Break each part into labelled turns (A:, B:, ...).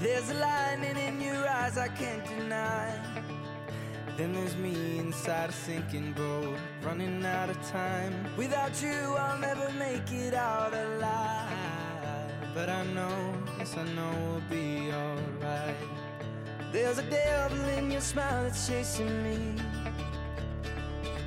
A: There's lightning in your eyes I can't deny. Then there's me inside a sinking boat, running out of time. Without you, I'll never make it out alive. But I know, yes, I know we'll be alright. There's a devil in your smile that's chasing me.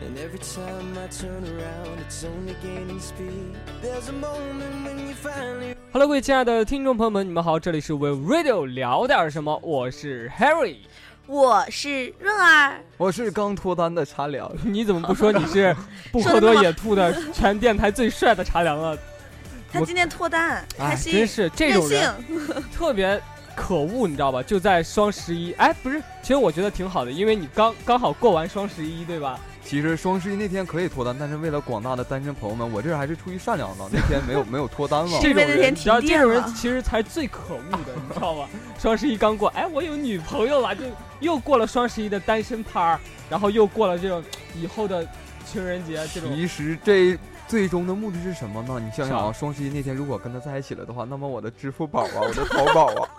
A: And every time I turn around, it's only gaining speed. There's a moment when you finally.
B: Hello，各位亲爱的听众朋友们，你们好，这里是 We Radio 聊点什么，我是 Harry。
C: 我是润儿，
D: 我是刚脱单的茶凉，
B: 你怎么不说你 是不
C: 说
B: 喝
C: 得
B: 多
C: 那么
B: 也吐的全电台最帅的茶凉了？
C: 他
B: 我
C: 今天脱单，
B: 哎，
C: 开
B: 真
C: 心，
B: 是这
C: 任
B: 种人
C: 性，
B: 特别可恶，你知道吧？就在双十一，哎，不是，其实我觉得挺好的，因为你刚刚好过完双十一，对吧？
D: 其实双十一那天可以脱单，但是为了广大的单身朋友们，我这还是出于善良的，那天 没有没有脱单了。
B: 这
C: 哦因
B: 种
C: 为那
B: 人，
C: 天
B: 你知道，
C: 停
B: 这
C: 电
B: 种人
C: 了
B: 其实才最可恶的，你知道吧？ 双十一刚过，哎，我有女朋友了，就又过了双十一的单身趴儿，然后又过了这种以后的情人
C: 啊
B: 节啊这种。
D: 其实这最终的目的是什么呢？你想想
B: 啥
D: 啊，双十一那天如果跟他在一起了的话，那么我的支付宝啊，我的淘宝 啊，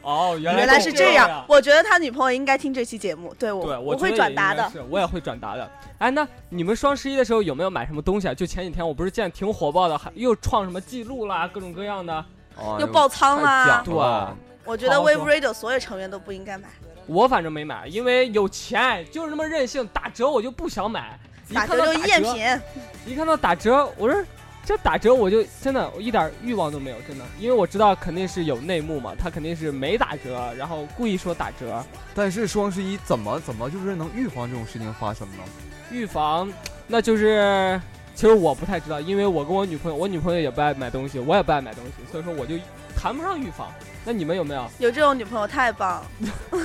B: 哦，原
C: 原
B: 来
C: 来
B: 是
C: 是这样
B: 样。。
C: 我觉得他女朋友应该听这期节目，对我
B: 对，
C: 我
B: 觉得
C: 会
B: 也
C: 转达
B: 应该
C: 的。
B: 是，我也会转达的。哎，那你们双十一的时候有没有买什么东西啊？就前几天我不是见挺火爆的，还又创什么记录啦，各种各样的。
D: 啊，
C: 又爆仓
D: 太假
C: 啦！
B: 对
D: 了。
C: 我觉得
B: 好好
C: Wave
B: 说
C: Radio 所有成员都不应该买，
B: 我反正没买，因为有钱就是这么任性，打折我就不想买。一
C: 打
B: 看
C: 折
B: 到
C: 就
B: 打
C: 赝品。
B: 一看到打折，我说这打折我就真的我一点欲望都没有，真的，因为我知道肯定是有内幕嘛，他肯定是没打折，然后故意说打折，
D: 但是双十一怎么怎么就是能预防这种事情发生呢？
B: 预防，那就是。其实我不太知道，因为我跟我女朋友，我女朋友也不爱买东西，我也不爱买东西，所以说我就谈不上预防。那你们有 没有？
C: 有这种女朋友太棒了，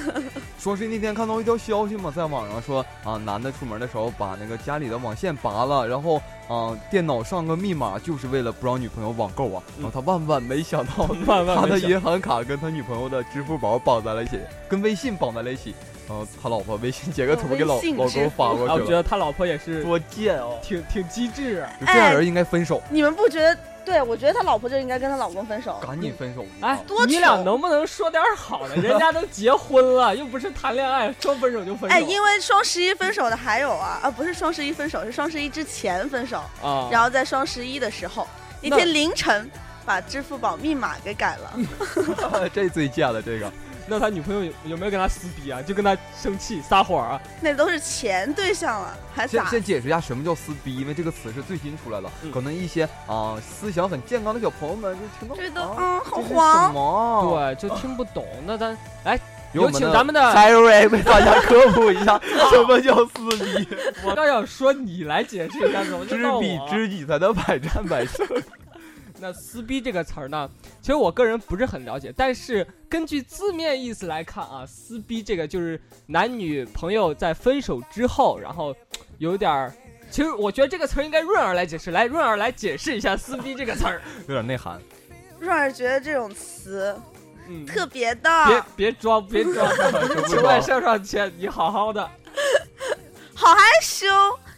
D: 双十一那天看到一条消息嘛，在网上说啊，男的出门的时候把那个家里的网线拔了，然后啊，电脑上个密码，就是为了不让女朋友网购啊。然后他万万没想到，
B: 万万
D: 他
B: 没
D: 的
B: 想
D: 银行卡跟他女朋友的支付宝绑在了一起，跟微信绑在了一起。然后他老婆微信截个图给老
C: 微信
D: 老
C: 支
D: 公
C: 付
D: 发
B: 啊，
D: 过
B: 我觉
D: 去
B: 得
D: 了，
B: 他老婆也是
D: 多贱哦！
B: 挺挺机智。啊
D: 就这样人应该分手，
C: 你们不觉得？对，我觉得他老婆就应该跟他老公分手。
D: 赶紧分手。
B: 哎，
C: 多
B: 你俩
C: 丑
B: 能不能说点好的？人家都结婚了，又不是谈恋爱，说分手就分手。
C: 哎，因为双十一分手的还有啊，啊不是双十一分手，是双十一之前分手，
B: 啊，
C: 然后在双十一的时候，那
B: 那
C: 天凌晨把支付宝密码给改了。
D: 这最贱了，这个
B: 那他女朋友有有没有跟他撕逼啊？就跟他生气撒谎啊？
C: 那都是前对象了，还
D: 先
C: 咋？
D: 先解释一下什么叫撕逼，因为这个词是最新出来的，
B: 嗯
D: 可能一些啊、思想很健康的小朋友们就听到
C: 这都
B: 哦
C: 嗯，
D: 啊
C: 好
D: 这是什
C: 黄。
D: 么？
C: 哦
B: 对，就听不懂。那咱哎，
D: 由
B: 有
D: 我们
B: 请
D: 的
B: 咱们的，
D: Siri 为大家科普一下什么叫撕逼，
B: 我倒要说你来解释一下，怎么就
D: 知
B: 到
D: 彼
B: 我了啊
D: 知己才能百战百胜。
B: 那“撕逼”这个词儿呢，其实我个人不是很了解，但是根据字面意思来看啊，“撕逼”这个就是男女朋友在分手之后，然后有点儿。其实我觉得这个词儿应该润儿来解释，来润儿来解释一下“撕逼”这个词儿。
D: 有点 内涵，
C: 润儿觉得这种词
B: 嗯，
C: 特别
B: 别
C: 的
B: 别装，别装，请问上上签，你好好的。
C: 好害羞。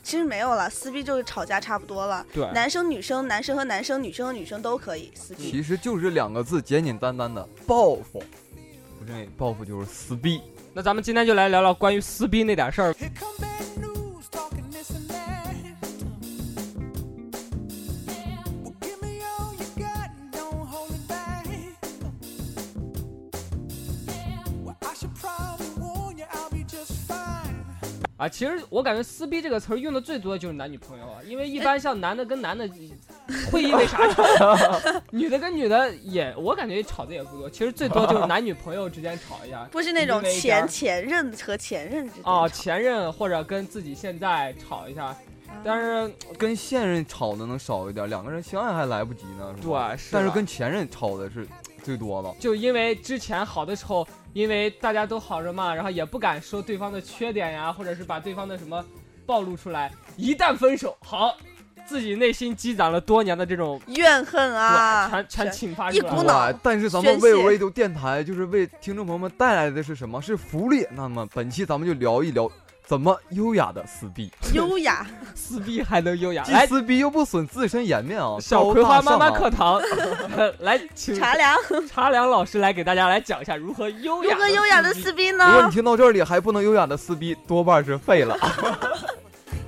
C: 其实没有了，撕逼就是吵架差不多了。
B: 对，
C: 男生女生，男生和男生，女生和女生都可以
B: 嗯
C: 撕逼。
D: 其实就是两个字，简简单单的报复。我认为报复就是撕逼。
B: 那咱们今天就来聊聊关于撕逼那点事儿。
A: Here come bad news, talking this and that. Well, give me all you got, don't hold it back. Well, I should probably warn you, I'll be just fine.
B: 啊，其实我感觉“撕逼”这个词儿用的最多的就是男女朋友啊，因为
C: 哎
B: 一般像男的跟男的 会因为啥吵， 女的跟女的也，我感觉吵的也不多。其实最多就是男女朋友之间吵一下
C: 不是那种
B: 你那一家
C: 前前任和前任之间
B: 啊，
C: 吵
B: 前任或者跟自己现在吵一
C: 啊
B: 下。但是
D: 跟现任吵的能少一点，两个人相爱还来不及呢，是吧？
B: 对，是啊
D: 但是
B: 的
D: 跟前任吵的是最多了。
B: 就因为之前好的时候，因为大家都好着嘛，然后也不敢说对方的缺点呀，或者是把对方的什么暴露出来。一旦分手，好，自己内心积攒了多年的这种
C: 怨恨啊，
B: 全全
C: 是
B: 请发
C: 一
B: 出来
C: 股
B: 了。
C: 脑
D: 哇！但是咱们
C: 宣
D: 为
C: 泄
D: radio 电台就是为听众朋友们带来的是什么？是福利。那么本期咱们就聊一聊怎么优雅的撕逼？
C: 优雅，
B: 撕逼还能优雅？
D: 既
B: 来，
D: 撕逼又不损自身颜面啊！
B: 小
D: 高
B: 葵花
D: 大
B: 妈
D: 上
B: 妈
D: 啊
B: 课堂， 来，请
C: 茶凉，
B: 茶凉老师来给大家来讲一下如何优
C: 如
B: 雅
C: 何优雅的
B: 撕
C: 撕
B: 逼。
C: 逼
D: 如果
C: 呢
D: 你？听到这里还不能优雅的撕逼，多半是废了。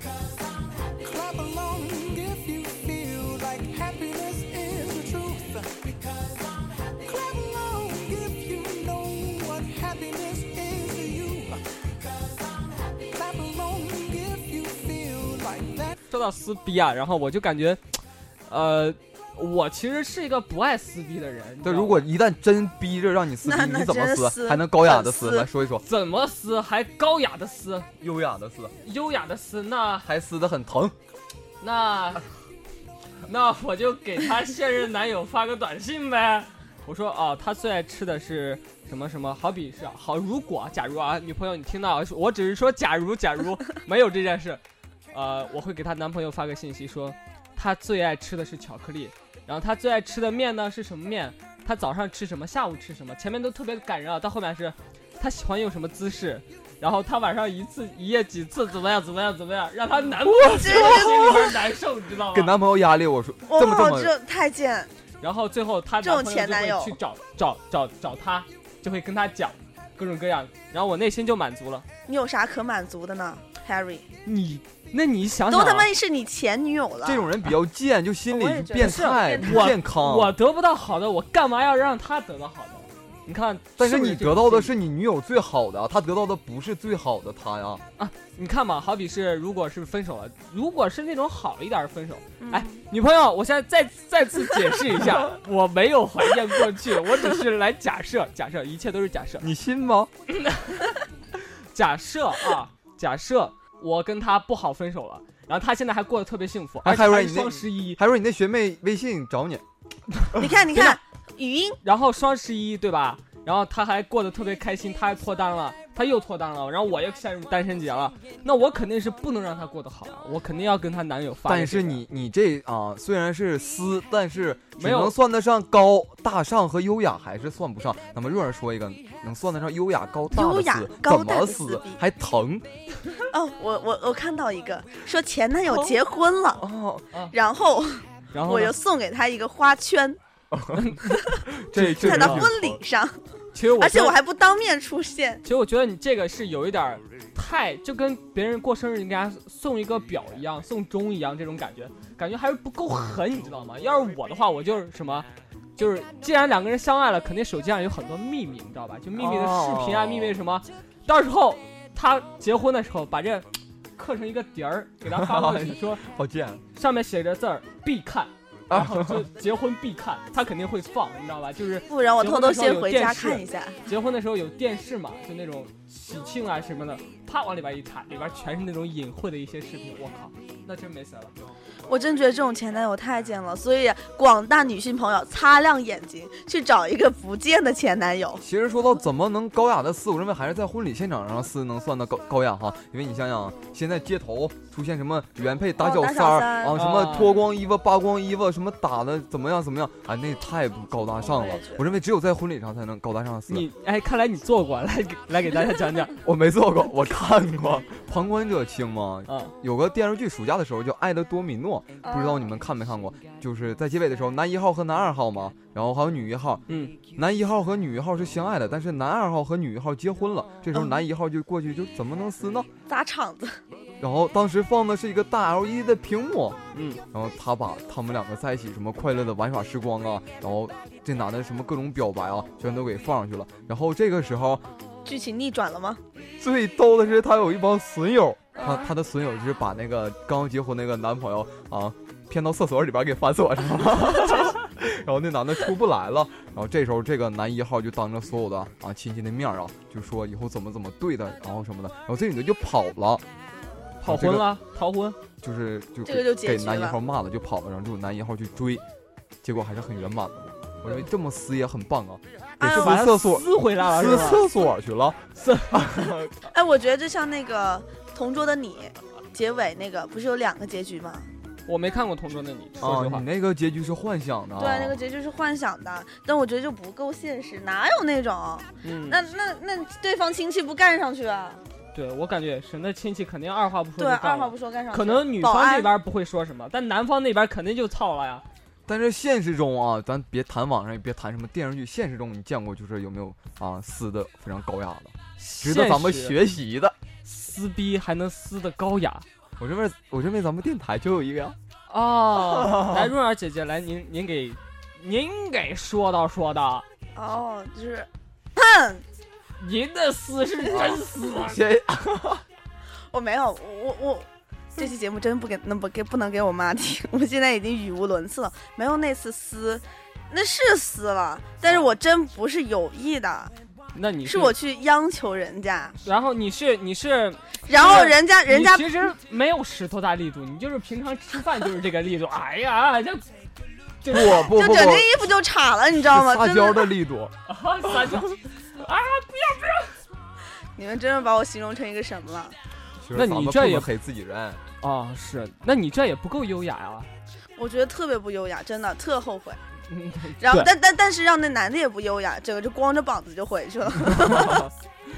A: Clap along if you feel like happiness is the truth. Because I'm happy. Clap along if you know what happiness is to you. Because I'm happy. Clap along if you feel like that.
B: 说到撕逼啊，然后我就感觉，呃，我其实是一个不爱撕逼的人。你知
D: 这
B: 道吗
D: 如果一旦真逼着让你撕
C: 那
D: 逼，
C: 那
D: 你怎么
C: 真
D: 撕？啊
C: 撕
D: 还能高雅
C: 很
D: 的撕？
C: 撕
D: 来说一说，
B: 怎么撕还高雅的撕，
D: 优雅的撕，
B: 优雅的撕，那
D: 还撕的很疼。
B: 那那我就给她现任男友发个短信呗。我说啊，他最爱吃的是什么什么？好比是啊好，如果啊假如啊，女朋友你听到啊，我只是说假如假如没有这件事，呃，我会给她男朋友发个信息说，她最爱吃的是巧克力，然后她最爱吃的面呢是什么面？她早上吃什么？下午吃什么？前面都特别感人啊，到后面是，她喜欢用什么姿势？然后她晚上一次一夜几次怎么样怎么样怎么样，让她男朋友 心里边难受，你知道吗？
D: 给男朋友压力，我说
C: 我
D: 这么这
C: 靠，
D: 么
C: 这太贱！
B: 然后最后她
C: 这种
B: 男朋
C: 前男
B: 友就
C: 友
B: 会去找找找找她，就会跟她讲各种各样，然后我内心就满足了。
C: 你有啥可满足的呢，Harry？
B: 你，那你想想
C: 都
B: 啊，
C: 他妈是你前女友了，
D: 这种人比较贱，就心理
C: 我也觉得
D: 啊变
C: 是
D: 态、
C: 变态
D: 不健康。
B: 我得不到好的，我干嘛要让她得到好的？你看，
D: 但
B: 是
D: 是
B: 不
D: 你
B: 这个
D: 得到的
B: 心理
D: 是你女友最好的，啊她得到的不是最好的她呀。
B: 你看嘛，好比是如果是分手了，如果是那种好一点儿的分手，
C: 嗯
B: 哎女朋友，我现在再再次解释一下， 我没有怀念过去，我只是来假设，假设一切都是假设，
D: 你信吗？
B: 假设啊，假设我跟他不好分手了，然后他现在还过得特别幸福，
D: 哎
B: 而且还
D: ，Harry，
B: 是
D: 你那
B: 双十一，
D: 还说你那学妹微信找你，
C: 你看，你
B: 真的
C: 看，语音
B: 然后双十一对吧？然后他还过得特别开心，他还脱单了，他又脱单了，然后我又陷入单身节了，那我肯定是不能让他过得好啊，我肯定要跟她男友发。
D: 但是你你这啊，虽然是撕，但是只
B: 没有
D: 能算得上高大上和优雅，还是算不上。咱们润儿说一个，能算得上优雅高大
C: 优
D: 的
C: 雅
D: 撕，
C: 高
D: 怎
C: 大
D: 么
C: 的撕
D: 撕
C: 逼
D: 还疼
B: 嗯
C: 哦，我我我看到一个说前男友结婚了，
D: 哦，
C: 然后
B: 然后
C: 我
B: 呢
C: 又送给他一个花圈，
D: 这这
C: 在他
D: 是
C: 婚礼上，
B: 其实我
C: 而且
B: 觉得
C: 我还不当面出现。
B: 其实我觉得你这个是有一点儿太，就跟别人过生日，你给他送一个表一样，送钟一样，这种感觉，感觉还是不够狠，你知道吗？要是我的话，我就是什么，就是既然两个人相爱了，肯定手机上有很多秘密，你知道吧？就秘密的视频啊，
D: 哦
B: 秘密的什么，到时候他结婚的时候，把这刻成一个碟儿，给他发过去，说
D: 好贱啊
B: 上面写着字儿必看，然后就结婚必看，他肯定会放，你知道吧？就是
C: 不然我偷偷
B: 结婚的时
C: 先
B: 候
C: 回
B: 有电
C: 家
B: 视
C: 看一下，
B: 结婚的时候有电视嘛，就那种喜庆啊什么的，啪往里边一插，里边全是那种隐晦的一些视频。我靠，那真没谁了。
C: 我真觉得这种前男友太贱了，所以广大女性朋友擦亮眼睛去找一个不贱的前男友。
D: 其实说到怎么能高雅的撕，我认为还是在婚礼现场上撕能算到高高雅哈，因为你想想，现在街头出现什么原配打
C: 哦
D: 小
C: 打小
D: 三儿、
C: 三
D: 啊，什么
B: 啊
D: 脱光衣服、扒光衣服，什么打的怎么样怎么样，啊，那太不高大上
C: 我
D: 了
C: 也觉得。
D: 我认为只有在婚礼上才能高大上撕。
B: 你哎，看来你做过，来给来给大家讲讲。
D: 我没做过，我看过，旁观者清嘛。
B: 嗯，
D: 有个电视剧，暑假的时候叫《爱的多米诺》，不知道你们看没看
C: 哦
D: 过？就是在结尾的时候，男一号和男二号嘛，然后还有女一号，
B: 嗯，
D: 男一号和女一号是相爱的，但是男二号和女一号结婚了，这时候
C: 嗯
D: 男一号就过去就怎么能撕呢？
C: 砸场子，
D: 然后当时放的是一个大 LED 的屏幕，
B: 嗯，
D: 然后他把他们两个在一起什么快乐的玩耍时光啊，然后这男的什么各种表白啊，全都给放上去了。然后这个时候
C: 剧情逆转了吗？
D: 最逗的是，他有一帮损友，
B: 啊
D: 他他的损友就是把那个刚结婚那个男朋友啊骗到厕所里边给反锁上了， 然后那男的出不来了，然后这时候这个男一号就当着所有的啊亲戚的面啊，就说以后怎么怎么对的，然后什么的，然后这女的就跑了，
B: 跑婚了，逃婚。
D: 就是就
C: 这个就解
D: 给
C: 决
D: 男一号
C: 了。
D: 骂了就跑了，然后就男一号去追，结果还是很圆满的。我认为这么撕也很棒啊，给
C: 哎呦
D: 撕厕所，
B: 撕回来了
D: 撕
B: 是吧？
D: 厕所去了，
C: 哎，我觉得就像那个《同桌的你》结尾那个，不是有两个结局吗？
B: 我没看过《同桌的你》，说
D: 啊，
B: 实话
D: 你。那个结局是幻想
B: 哦
D: 的啊，
C: 对，那个结局是幻想的，但我觉得就不够现实，哪有那种？
B: 嗯，
C: 那那那对方亲戚不干上去啊？
B: 对我感觉也是，那亲戚肯定二话不说
C: 对，啊
B: 就
C: 二
B: 干
C: 话
B: 了。
C: 不说干啥去？
B: 可能女
C: 保
B: 方
C: 安
B: 这边不会说什么，但男方那边肯定就操了呀。
D: 但是现实中啊，咱别谈网上，也别谈什么电视剧，现实中你见过就是有没有啊撕的非常高雅的，值得咱们
B: 现实
D: 学习的？
B: 撕逼还能撕的高雅
D: 我认为，我认为咱们电台就有一个呀。
B: 哦！来，润儿姐姐，来您您给您给说道说道，
C: 哦，就是
B: 您的撕是真撕啊，
D: 先
C: 我没有，我我我这期节目真不给，那不给不能给我妈 听，我现在已经语无伦次了。没有那次撕，那是撕了，但是我真不是有意的，
B: 那你
C: 是我，去央求人家，
B: 然后你是你是，
C: 然后人家人家
B: 你其实没有石头大力度，你就是平常吃饭就是这个 力度。哎呀，这这
D: 不不
C: 就
D: 不
C: 整
D: 不
C: 件，衣服就岔了，你知道吗？
D: 撒
C: 真
D: 娇
C: 的，
D: 的力度，
B: 啊撒娇。
C: 你们真的把我形容成一个什么了？
D: 其实
B: 那你
D: 咱们
B: 这
D: 不
B: 也
D: 能黑自己人，
B: 哦，是，那你这也不够优雅啊 呀、
C: 我觉得特别不优雅，真的特后悔。
B: 嗯，
C: 然后
B: 对
C: 但但但是让那男的也不优雅，整个就光着膀子就回去了。
B: 嗯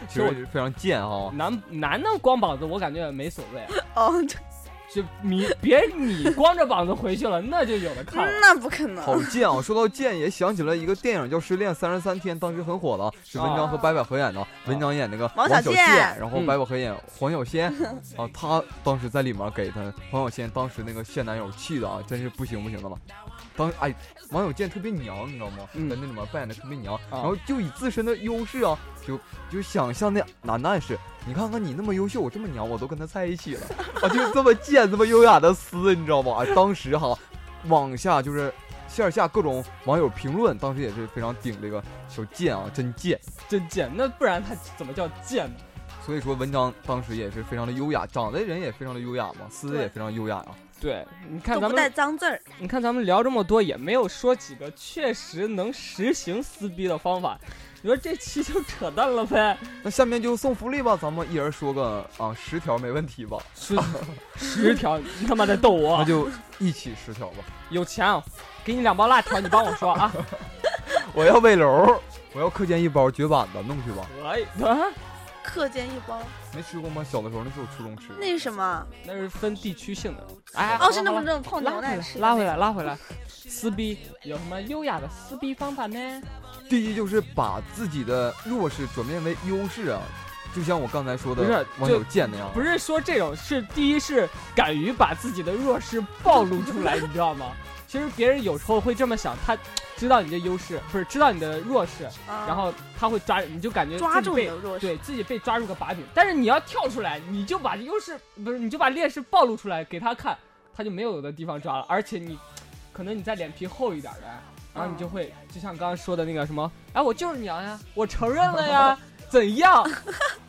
D: 其实非常贱啊哈。
B: 男男的光膀子我感觉也没所谓，啊
C: 哦，
B: 就你别你光着膀子回去了，那就有的看了。
C: 那不可能。
D: 好贱啊！说到贱，也想起了一个电影叫《失恋三十三天》，当时很火的，是文章和白百合演的。文章演那个
C: 王
D: 小
C: 小
D: 贱，
C: 贱
D: 然后白百合演黄小仙。啊，她当时在里面给她黄小仙当时那个现男友气的啊，真是不行不行的了。当哎，王小贱特别娘，你知道吗？
B: 嗯
D: 在那里面扮演的特别娘，然后就以自身的优势啊，就就想像那男的暗示，你看看你那么优秀，我这么娘，我都跟他在一起了，啊，就是这么贱，这么优雅的撕，你知道吗？哎，当时哈，网下就是线下各种网友评论，当时也是非常顶这个小贱啊，真贱。
B: 真贱，那不然他怎么叫贱呢？
D: 所以说，文章当时也是非常的优雅，长得人也非常的优雅嘛，撕的也非常优雅啊。
B: 对，你看
C: 都
B: 咱
C: 不带
B: 们，
C: 脏字儿，
B: 你看咱们聊这么多，也没有说几个确实能实行撕逼的方法。你说这期就扯淡了呗？
D: 那下面就送福利吧，咱们一人说个啊十条没问题吧，
B: 十十条，你他妈在逗我
D: 那
B: 啊！
D: 就一起十条吧。
B: 有钱啊，给你两包辣条，你帮我说啊。
D: 我要卫楼，我要课间一包绝版的，弄去吧。
B: 可以啊，
C: 课间一包，
D: 没吃过吗？小的时候那是我初中吃的。
C: 那是什么？
B: 那是分地区性的。哎，
C: 哦，是那
B: 好了好了
C: 么那种泡
B: 拉
C: 牛
B: 回
C: 奶
B: 来
C: 吃，的
B: 拉
C: 那
B: 回
C: 个
B: 来，拉回来。撕逼有什么优雅的撕逼方法呢？
D: 第一就是把自己的弱势转变为优势啊，就像我刚才说
B: 不
D: 的
B: 是
D: 网友见那样。
B: 不是说这种，是第一是敢于把自己的弱势暴露出来，你知道 吗？其实别人有时候会这么想，他知道你的优势，不是知道你的弱势，
C: 啊
B: 然后他会抓，你就感觉
C: 抓
B: 自己
C: 住
B: 被
C: 你的弱势。
B: 对自己被抓住个把柄。但是你要跳出来，你就把优势不是，你就把劣势暴露出来给他看，他就没有的地方抓了。而且你，可能你再脸皮厚一点的，
C: 啊
B: 然后你就会就像刚刚说的那个什么，哎，我就是娘呀，我承认了 呀，怎样？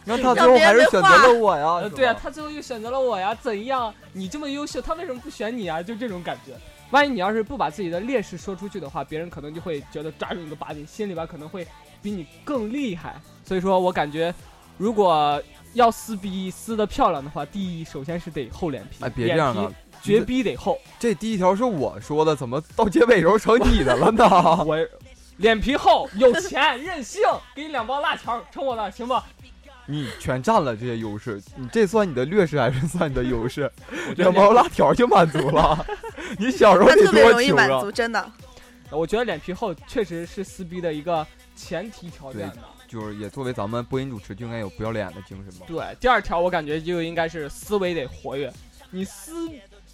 D: 那他最后还是选择了我呀。
B: 呃，
D: 是吧
B: 对啊，他最后又选择了我呀，怎样？你这么优秀，他为什么不选你啊？就这种感觉。万一你要是不把自己的劣势说出去的话，别人可能就会觉得抓住你的把柄，心里边可能会比你更厉害。所以说我感觉，如果要撕逼撕得漂亮的话，第一首先是得厚脸皮，
D: 哎，别这样
B: 脸
D: 啊
B: 皮！绝逼得厚。
D: 这第一条是我说的，怎么到结尾时候成你的了呢？
B: 我脸皮厚，有钱，任性，给你两包辣条，冲我的，行吧？
D: 你全占了这些优势，你这算你的劣势还是算你的优势？两包辣条就满足 了。你小时候
C: 他
D: 得
C: 特别
D: 多
C: 容易
D: 穷
C: 满
D: 啊！
C: 足，真的。
B: 我觉得脸皮厚确实是撕逼的一个前提条件的。
D: 就是也作为咱们播音主持，就应该有不要脸的精神嘛。
B: 对，第二条我感觉就应该是思维得活跃，你思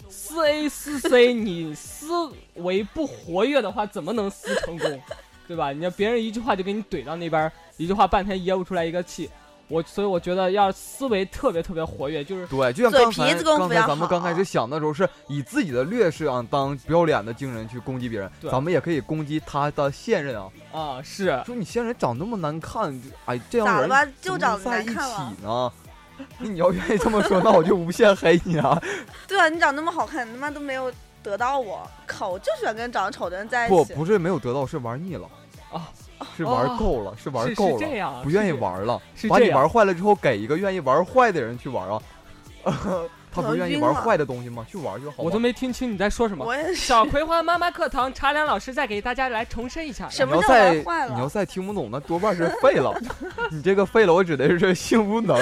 B: 思 A 思 C，你思维不活跃的话，怎么能思成功？ 对吧？你要别人一句话就给你怼到那边儿，一句话半天噎不出来一个气。我所以我觉得要思维特别特别活跃，就是
D: 对，就像
C: 嘴
D: 刚才
C: 皮子功
D: 刚
C: 夫
D: 才
C: 要
D: 咱们刚开始
C: 好
D: 想的时候，是以自己的劣势啊当不要脸的精神去攻击别人，
B: 对
D: 咱们也可以攻击他的现任啊，
B: 啊、是
D: 说你现任长那么难看，就哎这
B: 啊
D: 样
C: 咋了
D: 人
C: 吧？
D: 怎
C: 就
D: 么
C: 长
D: 能
C: 得
D: 在
C: 难
D: 一
C: 看了。
D: 起呢？ 那你要愿意这么说，那我就无限黑 你啊！
C: 对啊，你长那么好看，你他妈都没有得到我。靠，我就喜欢跟长得丑的人在一
D: 不，
C: 起。
D: 不是没有得到，是玩腻了
B: 啊，
D: 是
C: 哦
D: 玩够了，是玩
B: 是
D: 够
B: 是
D: 了
B: 这，样啊，
D: 不愿意
B: 是这，
D: 玩了，
B: 是
D: 把
B: 这
D: 你
B: 样
D: 玩坏了之后，给一个愿意玩坏的人去玩啊。 他不
C: 我
D: 愿意
C: 晕
D: 玩
C: 了
D: 坏的东西吗？去玩就好。
B: 我都没听清你在说什么。
C: 我也是。
B: 小葵花妈妈课堂，茶凉老师再给大家来重申一 下，
C: 什
D: 你
C: 么
D: 要
C: 叫
D: 再
C: 玩坏了
D: 你要再听不懂，那多半是废了。你这个废了，我指的是这性无能。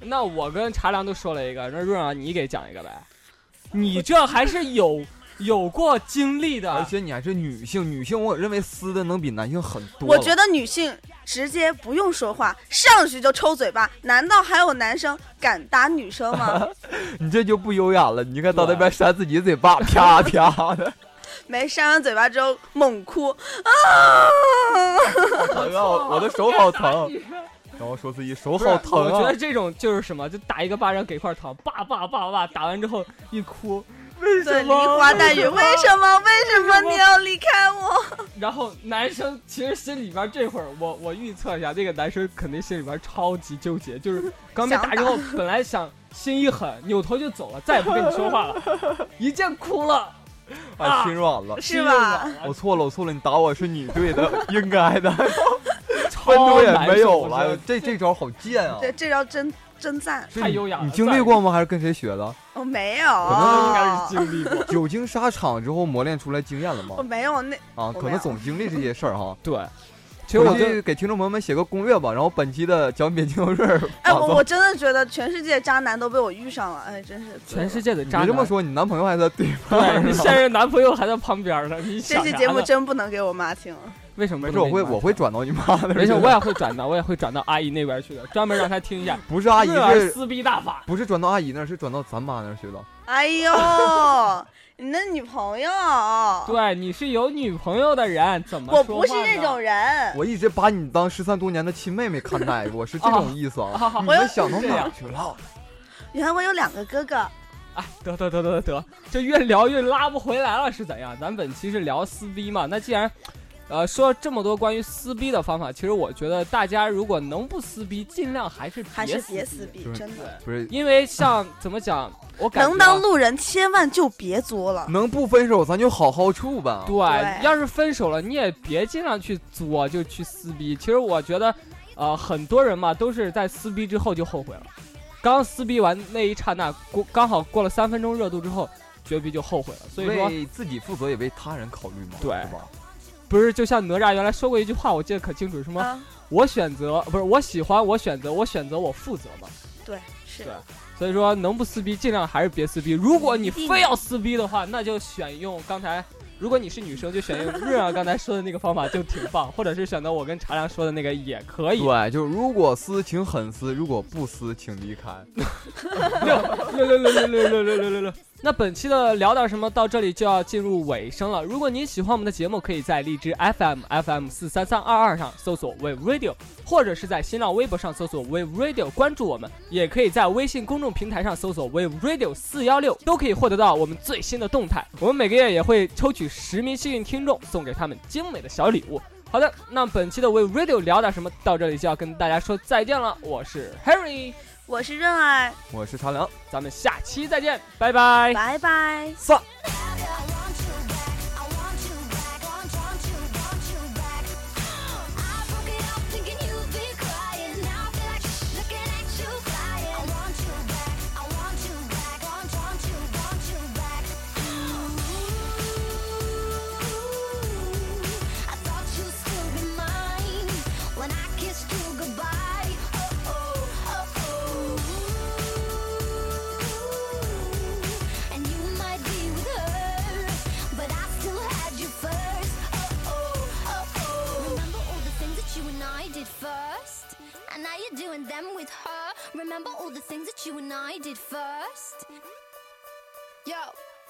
B: 那我跟茶凉都说了一个，那润儿啊你给讲一个呗，你这还是有有过经历
D: 而
B: 的，
D: 且你还是女性，女性我认为撕的能比男性很多了。
C: 我觉得女性直接不用说话，上去就抽嘴巴，难道还有男生敢打女生 吗？
D: 你这就不优雅了。你看到那边扇自己嘴巴，啪啪的，
C: 没扇完嘴巴之后猛哭啊！
D: 疼啊！我的手好疼。然后说自己手 好
B: 不是我
D: 疼
B: 觉
D: 啊
B: 得。这种就是什么，就打一个巴掌给一块糖，叭叭叭叭，打完之后一哭，为
C: 对，
B: 什
C: 梨
B: 么？
C: 花带雨，
B: 为什
C: 为
B: 么
C: 什么？为什么你要离开我？
B: 然后男生其实心里边这会儿，我我预测一下，这个男生肯定心里边超级纠结， 就是刚被打之后，本来想心一狠，扭头就走了，再也不跟你说话了， 一见哭了，
D: 啊，心软了，
C: 是吧
B: 心软
D: 我
B: 了
D: 错了，我错了，你打我是你对的，应该的，
B: 超
D: 愤怒也没有
B: 难受
D: 了。，这这招好贱
B: 哦
D: 啊！
C: 对，这招真真赞，
D: 是
B: 太
D: 你
B: 优雅了
D: 你经历过吗？还是跟谁学的？
C: 我没啊
B: 我真的应该
C: 有
B: 是。经历过。
D: 久经沙场之后磨练出来经验了
C: 我
D: 吗？
C: 没有那
D: 啊，
C: 没
D: 可能
C: 有
D: 总经历这些事儿哈。
B: 对， 其
D: 其
B: 实
D: 实
B: 我
D: 我
B: 跟
D: 就给听众朋友们写个攻略吧，然后本期的讲解金牛瑞儿
C: 哎，
D: 马
C: 我
D: 总
C: 我真的觉得全世界渣男都被我遇上了，哎，真是
B: 全世界的
D: 你
B: 渣男
D: 别这么，说，你男朋友还在对
B: 对，你
D: 方。
B: 现任男朋友还在旁边呢，你
C: 这
B: 想
C: 期
B: 啥
C: 节目
B: 呢
C: 真不能给我妈听了。
B: 为什么
D: 没
B: 不
D: 事，
B: 能给
D: 我会
B: 你妈
D: 我会转到你妈那儿去的。
B: 没事，我也会转到我也会转到阿姨那边去的，专门让她听一下
D: 不是阿姨，
B: 润儿
D: 是
B: 啊撕逼大法。
D: 不是转到阿姨那儿，是转到咱妈那儿去了。
C: 哎呦， 你那女朋友，
B: 对，你是有女朋友的人，怎么说
C: 我不是
B: 话
C: 这
B: 呢
C: 种人，
D: 我一直把你当失散多年的亲妹妹看待，我是这种意思啊。
B: 啊
D: 你
C: 我又
D: 们想到
B: 这
D: 哪
B: 样
D: 儿去了？
C: 原来我有两个哥哥。
B: 哎，得得得得得，这越聊越拉不回来了，是怎样？咱本期是聊撕逼嘛，那既然，呃，说了这么多关于撕逼的方法，其实我觉得大家如果能不撕逼，尽量还是
C: 还是别
B: 撕
C: 撕，逼
D: 对，
C: 真的。
D: 不是，
B: 因为像怎么讲，我感觉啊嗯
C: 能当路人千万就别作了，
D: 能不分手咱就好好处吧。
B: 对，
C: 对
B: 要是分手了，你也别尽量去作，就去撕逼。其实我觉得，呃，很多人嘛都是在撕逼之后就后悔了，刚撕逼完那一刹那，过刚好过了三分钟热度之后，绝逼就后悔了。所以说，
D: 为自己负责也为他人考虑嘛，
B: 对
D: 是吧？
B: 不是就像哪吒原来说过一句话，我记得可清楚，什么、
C: 啊，
B: 我选择不是我喜欢，我选择我选择我负责嘛。
C: 对，是
B: 对所以说，能不撕逼尽量还是别撕逼。如果你
C: 一定
B: 非要撕逼的话，那就选用刚才，如果你是女生，就选用润儿刚才说的那个方法，就挺棒；或者是选择我跟茶凉说的那个也可以。
D: 对，就是如果撕请狠撕，如果不撕请离开。
B: 六六六六六六六六六六。那本期的聊点什么到这里就要进入尾声了。如果您喜欢我们的节目，可以在荔枝 FM FM 四三三二二上搜索 We Radio，或者是在新浪微博上搜索 We Radio 关注我们，也可以在微信公众平台上搜索 We Radio 四幺六，都可以获得到我们最新的动态。我们每个月也会抽取十名幸运听众，送给他们精美的小礼物。好的，那本期的 We Radio 聊点什么到这里就要跟大家说再见了。我是 Harry，
C: 我是任爱，
D: 我是茶凉，
B: 咱们下期再见，拜拜。
C: 拜拜。
D: 散。
E: When I kissed you goodbye, oh oh oh oh. And you might be with her, but I still had you first. Oh oh oh oh. Remember all the things that you and I did first, and now you're doing them with her. Remember all the things that you and I did first. Yo.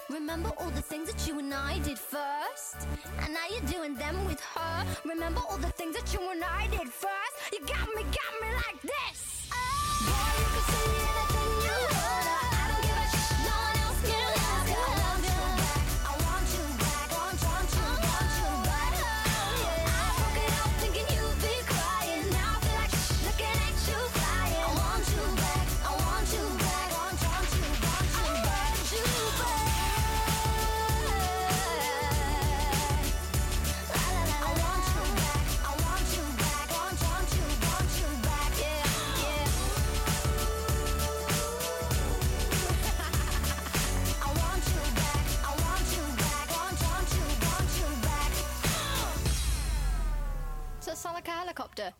E: Remember all the things that you and I did first, and now you're doing them with her. Remember all the things that you and I did first. You got me, got me like this. Boy, you can say anything you wanna. I don't give a sh. No one else can love you. I want you back. I want you back. Want, want you, want you back. Oh yeah. I woke it up thinking you'd be crying. Now I feel like sh- looking at you crying. I want you back. I want you back. Want, want you, want you back. you back. I want you back, I want you back, want, want you, want you back, yeah, yeah. I want you back, I want you back, want, want you, want you back. So sound like a helicopter.